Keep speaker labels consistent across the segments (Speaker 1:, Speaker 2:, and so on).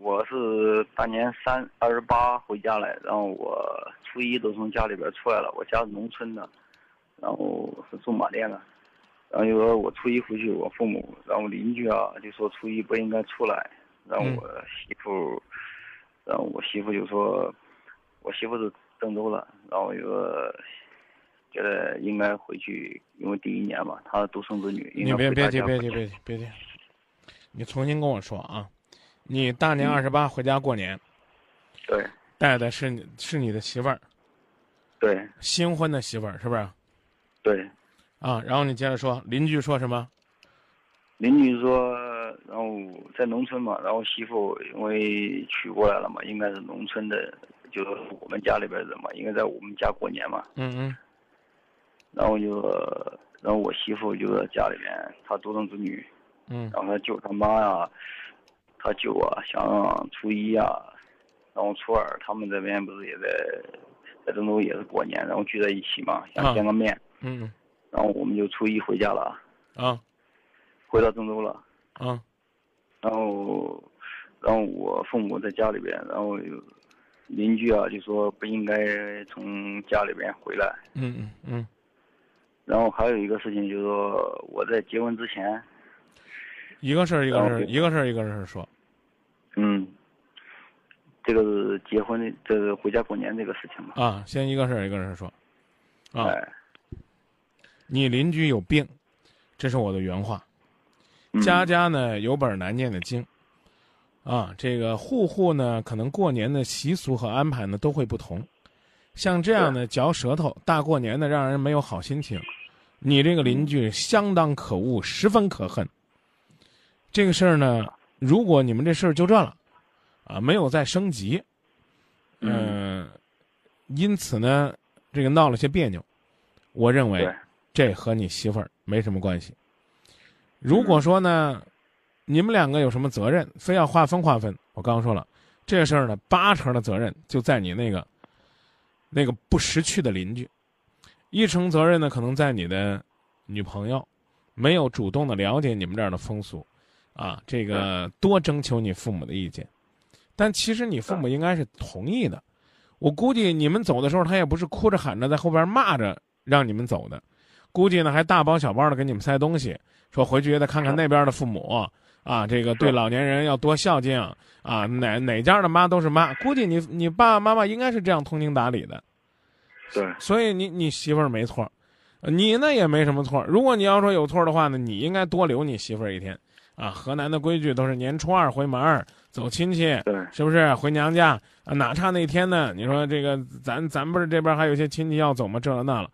Speaker 1: 我是大年三二十八回家来，然后我初一都从家里边出来了。我家是农村的，然后是做马店的，然后就说我初一回去，我父母，然后邻居啊就说初一不应该出来，然后我媳妇，然后我媳妇就说，我媳妇是郑州的，然后就说。觉得应该回去，因为第一年嘛，她独生子女。应
Speaker 2: 你
Speaker 1: 该
Speaker 2: 别
Speaker 1: 回
Speaker 2: 别
Speaker 1: 大
Speaker 2: 提
Speaker 1: 家
Speaker 2: 别
Speaker 1: 回
Speaker 2: 提
Speaker 1: 去
Speaker 2: 别提别提，你重新跟我说啊，你大年二十八回家过年，
Speaker 1: 对
Speaker 2: 带的是你是你的媳妇儿，
Speaker 1: 对
Speaker 2: 新婚的媳妇儿是不是？
Speaker 1: 对，
Speaker 2: 啊，然后你接着说，邻居说什么？
Speaker 1: 邻居说，然后在农村嘛，然后媳妇因为娶过来了嘛，应该是农村的，就是我们家里边人嘛，应该在我们家过年嘛。
Speaker 2: 嗯嗯
Speaker 1: 然后就，然后我媳妇就在家里边，她独生子女，
Speaker 2: 嗯
Speaker 1: 然后她舅她妈呀、她舅啊，想让初一啊，然后初二他们这边不是也在，在郑州也是过年，然后聚在一起嘛，想见个面，
Speaker 2: 嗯
Speaker 1: 然后我们就初一回家了，
Speaker 2: 嗯啊
Speaker 1: 回到郑州了。
Speaker 2: 啊
Speaker 1: 然后，然后我父母在家里边，然后有邻居啊就说不应该从家里边回来。
Speaker 2: 嗯嗯嗯，
Speaker 1: 然后还有一个事情就是说，我在结婚之前，
Speaker 2: 一个事儿一个
Speaker 1: 然
Speaker 2: 事
Speaker 1: 后
Speaker 2: 儿
Speaker 1: 就
Speaker 2: 一个事儿一个事儿说，
Speaker 1: 嗯，这个是结婚的这个回家过年这个事情嘛，
Speaker 2: 啊，先一个事儿一个事儿说，啊，
Speaker 1: 哎，
Speaker 2: 你邻居有病，这是我的原话。
Speaker 1: 嗯
Speaker 2: 家家呢有本难念的经，啊，这个户户呢可能过年的习俗和安排呢都会不同，像这样的嚼舌头，大过年的让人没有好心情。你这个邻居相当可恶，十分可恨。这个事儿呢，如果你们这事儿就这了，啊，没有再升级，嗯、因此呢，这个闹了些别扭，我认为
Speaker 1: 对
Speaker 2: 这和你媳妇儿没什么关系。如果说呢，你们两个有什么责任，非要划分划分，我刚刚说了，这事儿呢，八成的责任就在你那个那个不识趣的邻居，一成责任呢，可能在你的女朋友没有主动的了解你们这儿的风俗，啊，这个多征求你父母的意见。但其实你父母应该是同意的，我估计你们走的时候，他也不是哭着喊着在后边骂着让你们走的，估计呢还大包小包的给你们塞东西，说回去也得看看那边的父母啊，这个对老年人要多孝敬啊，哪哪家的妈都是妈，估计你你爸爸妈妈应该是这样通情达理的，
Speaker 1: 对
Speaker 2: 所以你你媳妇儿没错，呃你呢也没什么错。如果你要说有错的话呢，你应该多留你媳妇儿一天啊。河南的规矩都是年初二回门儿走亲戚，
Speaker 1: 对
Speaker 2: 是不是回娘家？啊，哪差那天呢？你说这个，咱咱不是这边还有些亲戚要走吗？这了那了，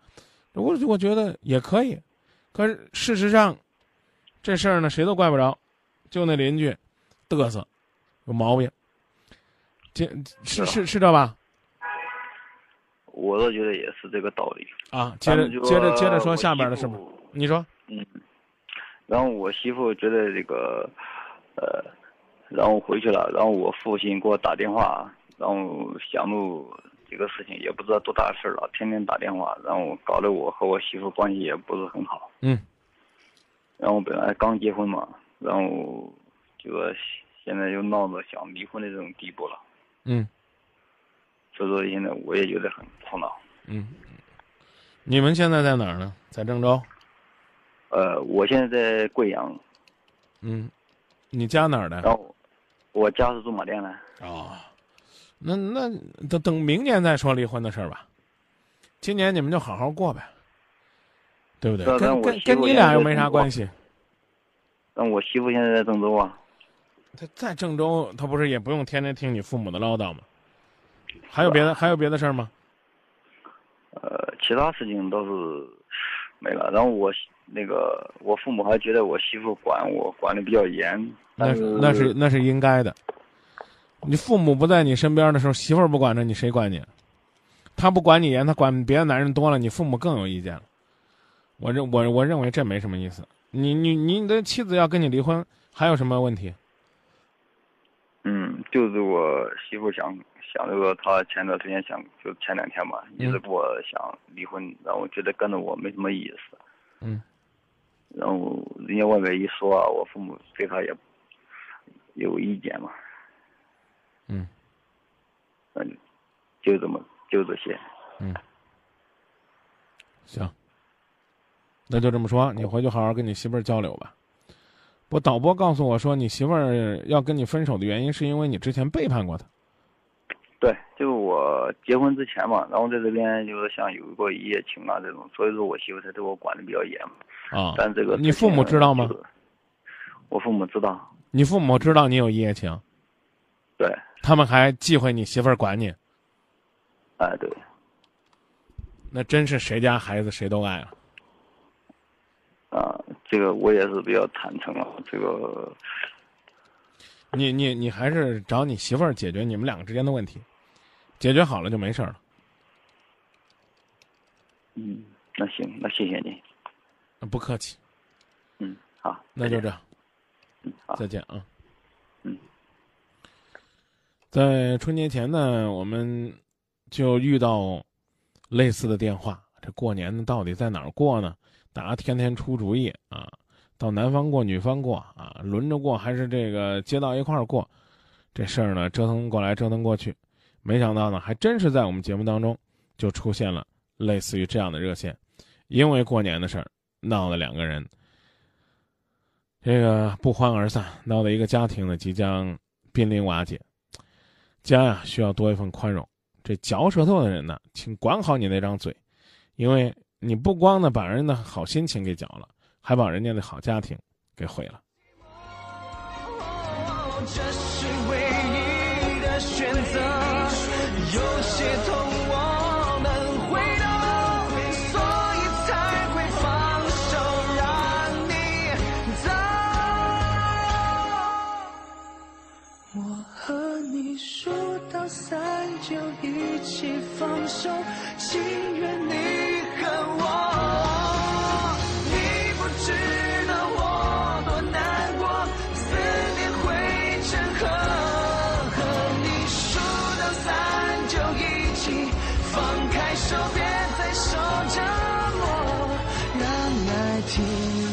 Speaker 2: 我我觉得也可以。可是事实上，这事儿呢，谁都怪不着，就那邻居嘚瑟，有毛病。这是
Speaker 1: 是啊
Speaker 2: 是是这吧？
Speaker 1: 我倒觉得也是这个道理。
Speaker 2: 啊，接着
Speaker 1: 他们就
Speaker 2: 接着接着说
Speaker 1: 我
Speaker 2: 下边的
Speaker 1: 媳
Speaker 2: 是吗？
Speaker 1: 妇
Speaker 2: 你说，
Speaker 1: 然后我媳妇觉得这个，呃，然后回去了，然后我父亲给我打电话，然后想着这个事情也不知道多大事儿了，天天打电话，然后搞得我和我媳妇关系也不是很好。
Speaker 2: 嗯。
Speaker 1: 然后本来刚结婚嘛，然后这个现在又闹到想离婚的这种地步了，
Speaker 2: 嗯
Speaker 1: 所以说现在我也觉得很苦恼。
Speaker 2: 嗯，你们现在在哪儿呢？在郑州。
Speaker 1: 呃，我现在在贵阳，
Speaker 2: 嗯，你家哪儿的？
Speaker 1: 然后我家是驻马店的。
Speaker 2: 哦，
Speaker 1: 啊
Speaker 2: 那那等等明年再说离婚的事儿吧。今年你们就好好过呗，对不对？
Speaker 1: 是啊但
Speaker 2: 跟
Speaker 1: 我
Speaker 2: 跟
Speaker 1: 媳
Speaker 2: 跟
Speaker 1: 妇
Speaker 2: 你
Speaker 1: 也
Speaker 2: 俩
Speaker 1: 是
Speaker 2: 又
Speaker 1: 在
Speaker 2: 没
Speaker 1: 郑
Speaker 2: 啥
Speaker 1: 州
Speaker 2: 关系。
Speaker 1: 但我媳妇现在在郑州啊。
Speaker 2: 他在郑州，他不是也不用天天听你父母的唠叨吗？还有别的还有别的事儿吗？
Speaker 1: 呃，其他事情倒是没了。然后我媳那个我父母还觉得我媳妇管我管的比较严，
Speaker 2: 那
Speaker 1: 但
Speaker 2: 是
Speaker 1: 是
Speaker 2: 那是那是应该的。你父母不在你身边的时候，媳妇儿不管着你，谁管你？啊他不管你严，他管别的男人多了，你父母更有意见了。我认我我认为这没什么意思。你你你的妻子要跟你离婚，还有什么问题？
Speaker 1: 嗯，就是我媳妇想想这个，她前段时间想就前两天吧，一
Speaker 2: 嗯
Speaker 1: 直跟我想离婚，然后觉得跟着我没什么意思。
Speaker 2: 嗯。
Speaker 1: 然后人家外面一说啊，我父母对她也有意见嘛。
Speaker 2: 嗯
Speaker 1: 嗯，就这么就这些。
Speaker 2: 行，那就这么说，你回去好好跟你媳妇儿交流吧。不，导播告诉我说，你媳妇儿要跟你分手的原因是因为你之前背叛过她。
Speaker 1: 对，就我结婚之前嘛，然后在这边就是像有过一夜情啊这种，所以说我媳妇她对我管的比较严嘛。
Speaker 2: 啊、
Speaker 1: 但这个
Speaker 2: 你父母知道吗？
Speaker 1: 我父母知道，
Speaker 2: 你父母知道你有一夜情，
Speaker 1: 对，
Speaker 2: 他们还忌讳你媳妇儿管你，
Speaker 1: 哎对，
Speaker 2: 那真是谁家孩子谁都爱了。
Speaker 1: 啊、这个我也是比较坦诚了，这个
Speaker 2: 你你你还是找你媳妇儿解决你们两个之间的问题，解决好了就没事儿了。
Speaker 1: 嗯，那行，那谢谢你，
Speaker 2: 不客气，
Speaker 1: 嗯，好，
Speaker 2: 那就这样，
Speaker 1: 嗯，好，
Speaker 2: 再见啊。
Speaker 1: 嗯，
Speaker 2: 在春节前呢，我们就遇到类似的电话。这过年到底在哪儿过呢？大家天天出主意啊，到男方过，女方过啊，轮着过还是这个接到一块儿过？这事儿呢，折腾过来折腾过去，没想到呢，还真是在我们节目当中就出现了类似于这样的热线，因为过年的事儿闹了两个人，这个不欢而散，闹得一个家庭呢即将濒临瓦解。家呀、需要多一份宽容，这嚼舌头的人呢，请管好你那张嘴，因为你不光呢把人的好心情给搅了，还把人家的好家庭给毁了。
Speaker 3: 哦这是唯一的选择，有些痛我们会懂，所以才会放手让你走。我和你数到三就一起放手，情愿你和我。你不知道我多难过，思念汇成河。和你数到三就一起放开手，别再受折磨，让爱停